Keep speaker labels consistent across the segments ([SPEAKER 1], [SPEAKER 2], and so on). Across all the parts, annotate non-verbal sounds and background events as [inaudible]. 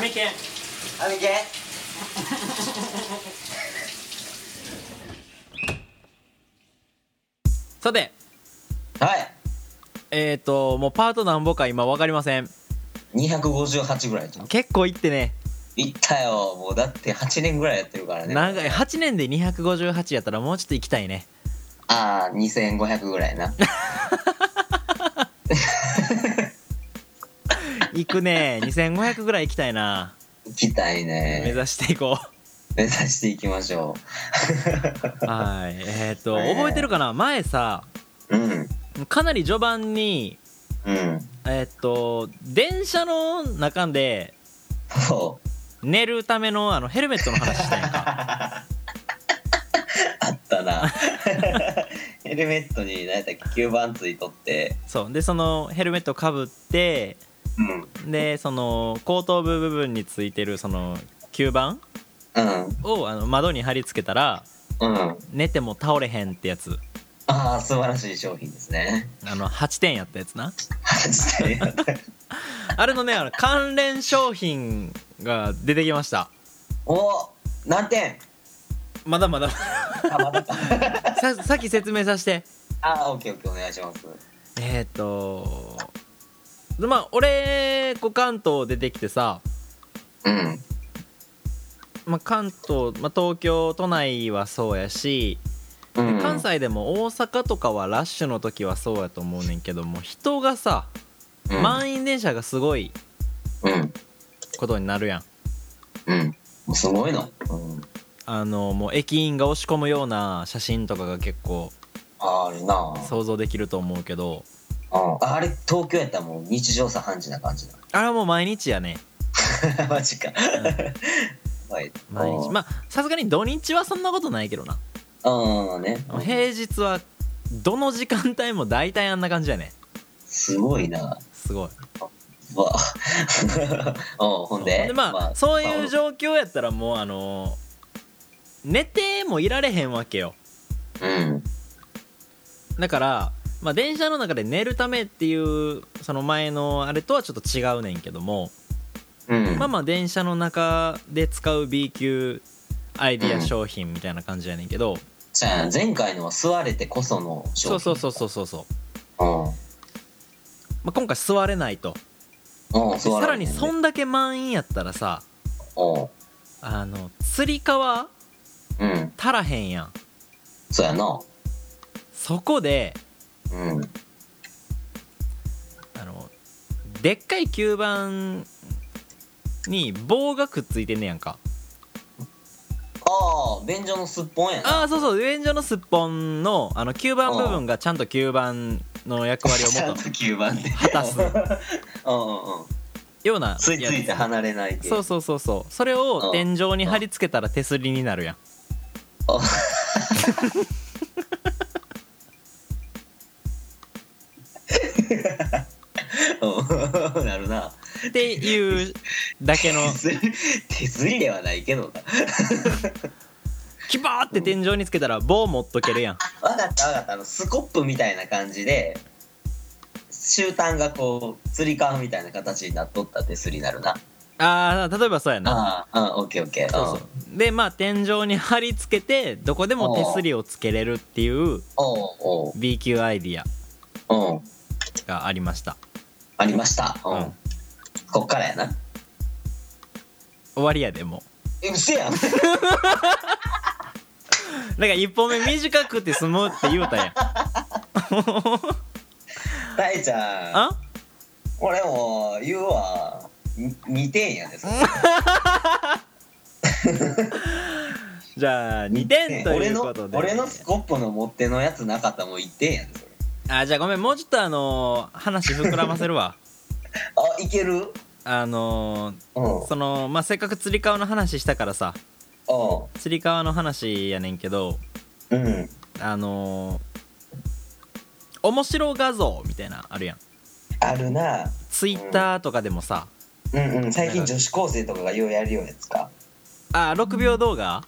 [SPEAKER 1] メ犬
[SPEAKER 2] あみけ
[SPEAKER 1] さて
[SPEAKER 2] はい
[SPEAKER 1] えっ、ー、ともうパート何ぼか今分かりません
[SPEAKER 2] 258ぐらいと
[SPEAKER 1] 結構いってね
[SPEAKER 2] いったよもうだって8年ぐらいやってるからね
[SPEAKER 1] 長い8年で258やったらもうちょっと行きたいね
[SPEAKER 2] ああ2500ぐらいな [laughs]
[SPEAKER 1] 行く
[SPEAKER 2] [laughs]
[SPEAKER 1] ね2500ぐらい行きたいな
[SPEAKER 2] 行きたい
[SPEAKER 1] 目 [laughs]
[SPEAKER 2] ね
[SPEAKER 1] 指していこ
[SPEAKER 2] 目指していきましょ [laughs]
[SPEAKER 1] うはいえっ、ー、と
[SPEAKER 2] ねえ
[SPEAKER 1] 覚えてるかな前さ
[SPEAKER 2] ううん
[SPEAKER 1] かなり序盤に
[SPEAKER 2] うん
[SPEAKER 1] えっ、と電車の中で
[SPEAKER 2] そう
[SPEAKER 1] 寝るためのあのヘルメットの話したやん
[SPEAKER 2] [laughs]
[SPEAKER 1] か
[SPEAKER 2] あったな [laughs] ヘルメットに何やったっけ吸盤ついとって
[SPEAKER 1] そうでそのヘルメットをかぶって
[SPEAKER 2] うん
[SPEAKER 1] でその後頭部部分についてるその吸盤
[SPEAKER 2] うん
[SPEAKER 1] をあの窓に貼り付けたら
[SPEAKER 2] うん
[SPEAKER 1] 寝ても倒れへんってやつ
[SPEAKER 2] ああ素晴らしい商品ですね [laughs]
[SPEAKER 1] あの8点やったやつな
[SPEAKER 2] 8点やった
[SPEAKER 1] あれのねあの関連商品が出てきました
[SPEAKER 2] お何点 [laughs]
[SPEAKER 1] まだまだ
[SPEAKER 2] あまたか
[SPEAKER 1] ささっき説明させて
[SPEAKER 2] あオッケーオッケーお願いします
[SPEAKER 1] えっ、ー、とまあ俺こう関東出てきてさ、
[SPEAKER 2] うん
[SPEAKER 1] まあ、関東、まあ、東京都内はそうやし
[SPEAKER 2] うん
[SPEAKER 1] 関西でも大阪とかはラッシュの時はそうやと思うねんけども人がさ
[SPEAKER 2] うん
[SPEAKER 1] 満員電車がすごい
[SPEAKER 2] うん
[SPEAKER 1] ことになるやん
[SPEAKER 2] うんすごいの、うん、
[SPEAKER 1] あのもう駅員が押し込むような写真とかが結構
[SPEAKER 2] あるなあ
[SPEAKER 1] 想像できると思うけど
[SPEAKER 2] うんあれ東京やったらもう日常茶飯事な感じだ
[SPEAKER 1] あれはもう毎日やね
[SPEAKER 2] [laughs] マジか、はい
[SPEAKER 1] 毎日まあさすがに土日はそんなことないけどな
[SPEAKER 2] あうんね
[SPEAKER 1] 平日はどの時間帯も大体あんな感じやね
[SPEAKER 2] すごいな
[SPEAKER 1] すごい
[SPEAKER 2] わ [laughs] うんほんで
[SPEAKER 1] まあ、そういう状況やったらもうあの寝てもいられへんわけよ
[SPEAKER 2] うん
[SPEAKER 1] だから、まあ、電車の中で寝るためっていうその前のあれとはちょっと違うねんけども、
[SPEAKER 2] うん
[SPEAKER 1] まあまあ電車の中で使う B 級アイディア商品みたいな感じやねんけど、
[SPEAKER 2] じゃあ前回のは座れてこその
[SPEAKER 1] そ
[SPEAKER 2] 商
[SPEAKER 1] うそうそうそうそうそう、
[SPEAKER 2] 品
[SPEAKER 1] まあ、今回座れないと
[SPEAKER 2] うんう
[SPEAKER 1] で
[SPEAKER 2] ん
[SPEAKER 1] さらにそ
[SPEAKER 2] ん
[SPEAKER 1] んだけ満員やったらさ
[SPEAKER 2] うん
[SPEAKER 1] あのつり革
[SPEAKER 2] うん
[SPEAKER 1] 足らへんやん
[SPEAKER 2] そうやな
[SPEAKER 1] そこで
[SPEAKER 2] うん
[SPEAKER 1] あのでっかい吸盤に棒がくっついてんねやんか
[SPEAKER 2] ああ便所のすっぽんやな
[SPEAKER 1] ああそうそう便所のすっぽんのあの吸盤部分がちゃんと吸盤の役割を
[SPEAKER 2] [laughs] ちゃ
[SPEAKER 1] も
[SPEAKER 2] ん
[SPEAKER 1] っ
[SPEAKER 2] と
[SPEAKER 1] と
[SPEAKER 2] 9番 [laughs] で
[SPEAKER 1] 果たす
[SPEAKER 2] うんうんうん
[SPEAKER 1] ような
[SPEAKER 2] ついついて
[SPEAKER 1] や
[SPEAKER 2] 離れない
[SPEAKER 1] つ
[SPEAKER 2] 系
[SPEAKER 1] そうそうそうそうそれを天井に貼り付けたら手すりになるやん
[SPEAKER 2] あうん [laughs] なるな
[SPEAKER 1] っていうだ
[SPEAKER 2] [laughs]
[SPEAKER 1] けの
[SPEAKER 2] 手すり手すりではないけどな
[SPEAKER 1] キバーって天井につけたら棒持っとけるやん
[SPEAKER 2] 分かった分かったあのスコップみたいな感じで終端がこうつり革みたいな形になっとった手すりになるな
[SPEAKER 1] あー例えばそうやな
[SPEAKER 2] ああうんオッケーオッケー
[SPEAKER 1] そうそうでまあ天井に貼り付けてどこでも手すりをつけれるっていう
[SPEAKER 2] おう
[SPEAKER 1] B 級アイディア
[SPEAKER 2] おううん
[SPEAKER 1] がありました
[SPEAKER 2] ありましたうん、
[SPEAKER 1] うん
[SPEAKER 2] こっからやな
[SPEAKER 1] 終わりやでも
[SPEAKER 2] え嘘やん [laughs]
[SPEAKER 1] うだから1本目短くて済むって言う
[SPEAKER 2] [laughs]
[SPEAKER 1] たやん
[SPEAKER 2] 大ちゃん
[SPEAKER 1] あ
[SPEAKER 2] 俺も言うわに2点やでそれ
[SPEAKER 1] じゃあ2点ということで
[SPEAKER 2] 俺の俺のスコップの持ってのやつなかったらもう1点やでそれ
[SPEAKER 1] あじゃあごめんもうちょっとあのー話膨らませるわ
[SPEAKER 2] あいける
[SPEAKER 1] あのー
[SPEAKER 2] うんうん
[SPEAKER 1] そのまあせっかくつり革の話したからさつり革の話やねんけど
[SPEAKER 2] うん
[SPEAKER 1] あのー面白画像みたいなあるやん
[SPEAKER 2] あるな
[SPEAKER 1] ツイッターとかでもさ
[SPEAKER 2] うんうん最近女子高生とかがようやるようなやつか
[SPEAKER 1] あ6秒動画あ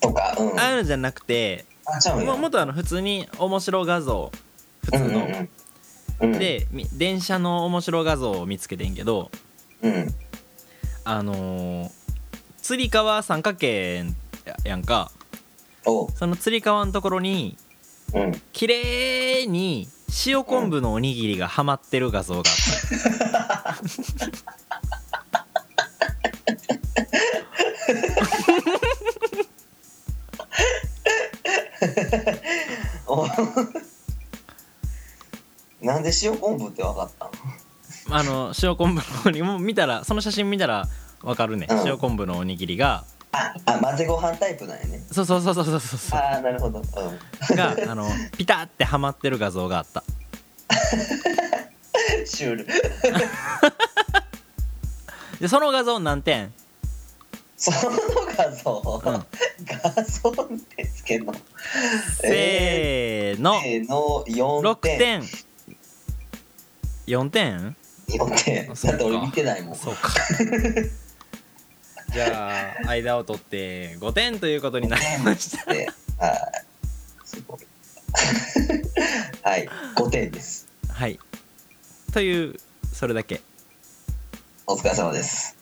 [SPEAKER 2] とかうん
[SPEAKER 1] あいうのじゃなくて
[SPEAKER 2] あちゃうんや
[SPEAKER 1] ももっとあの普通に面白画像普通
[SPEAKER 2] うんうん
[SPEAKER 1] の
[SPEAKER 2] うんうん
[SPEAKER 1] でみ電車の面白画像を見つけてんけど
[SPEAKER 2] うん
[SPEAKER 1] あのーつり革三角形ややんか
[SPEAKER 2] おう
[SPEAKER 1] そのつり革のところに
[SPEAKER 2] うん
[SPEAKER 1] 綺麗に塩昆布のおにぎりがはまってる画像があ
[SPEAKER 2] お [laughs] なんで塩昆布って分かったの
[SPEAKER 1] ったあの塩昆布のおにぎりもう見たらその写真見たらわかるね
[SPEAKER 2] うん
[SPEAKER 1] 塩昆布のおにぎりが
[SPEAKER 2] ああ混ぜご飯タイプなんやね
[SPEAKER 1] そうそうそうそうそうそうそ
[SPEAKER 2] ああなるほど、うん、
[SPEAKER 1] うがあのピタってはまってる画像があった
[SPEAKER 2] シュール [laughs]
[SPEAKER 1] でその画像何点
[SPEAKER 2] その画像、
[SPEAKER 1] うん
[SPEAKER 2] 画像ですけどえ
[SPEAKER 1] せーの
[SPEAKER 2] ー、せーの4
[SPEAKER 1] 6
[SPEAKER 2] 点
[SPEAKER 1] 点4点
[SPEAKER 2] 4点
[SPEAKER 1] そうか
[SPEAKER 2] だって俺見てないもん
[SPEAKER 1] そうかじゃあ間を取って5点ということになりました
[SPEAKER 2] ではいすごいはい5点 [laughs] です
[SPEAKER 1] はいというそれだけ
[SPEAKER 2] お疲れ様です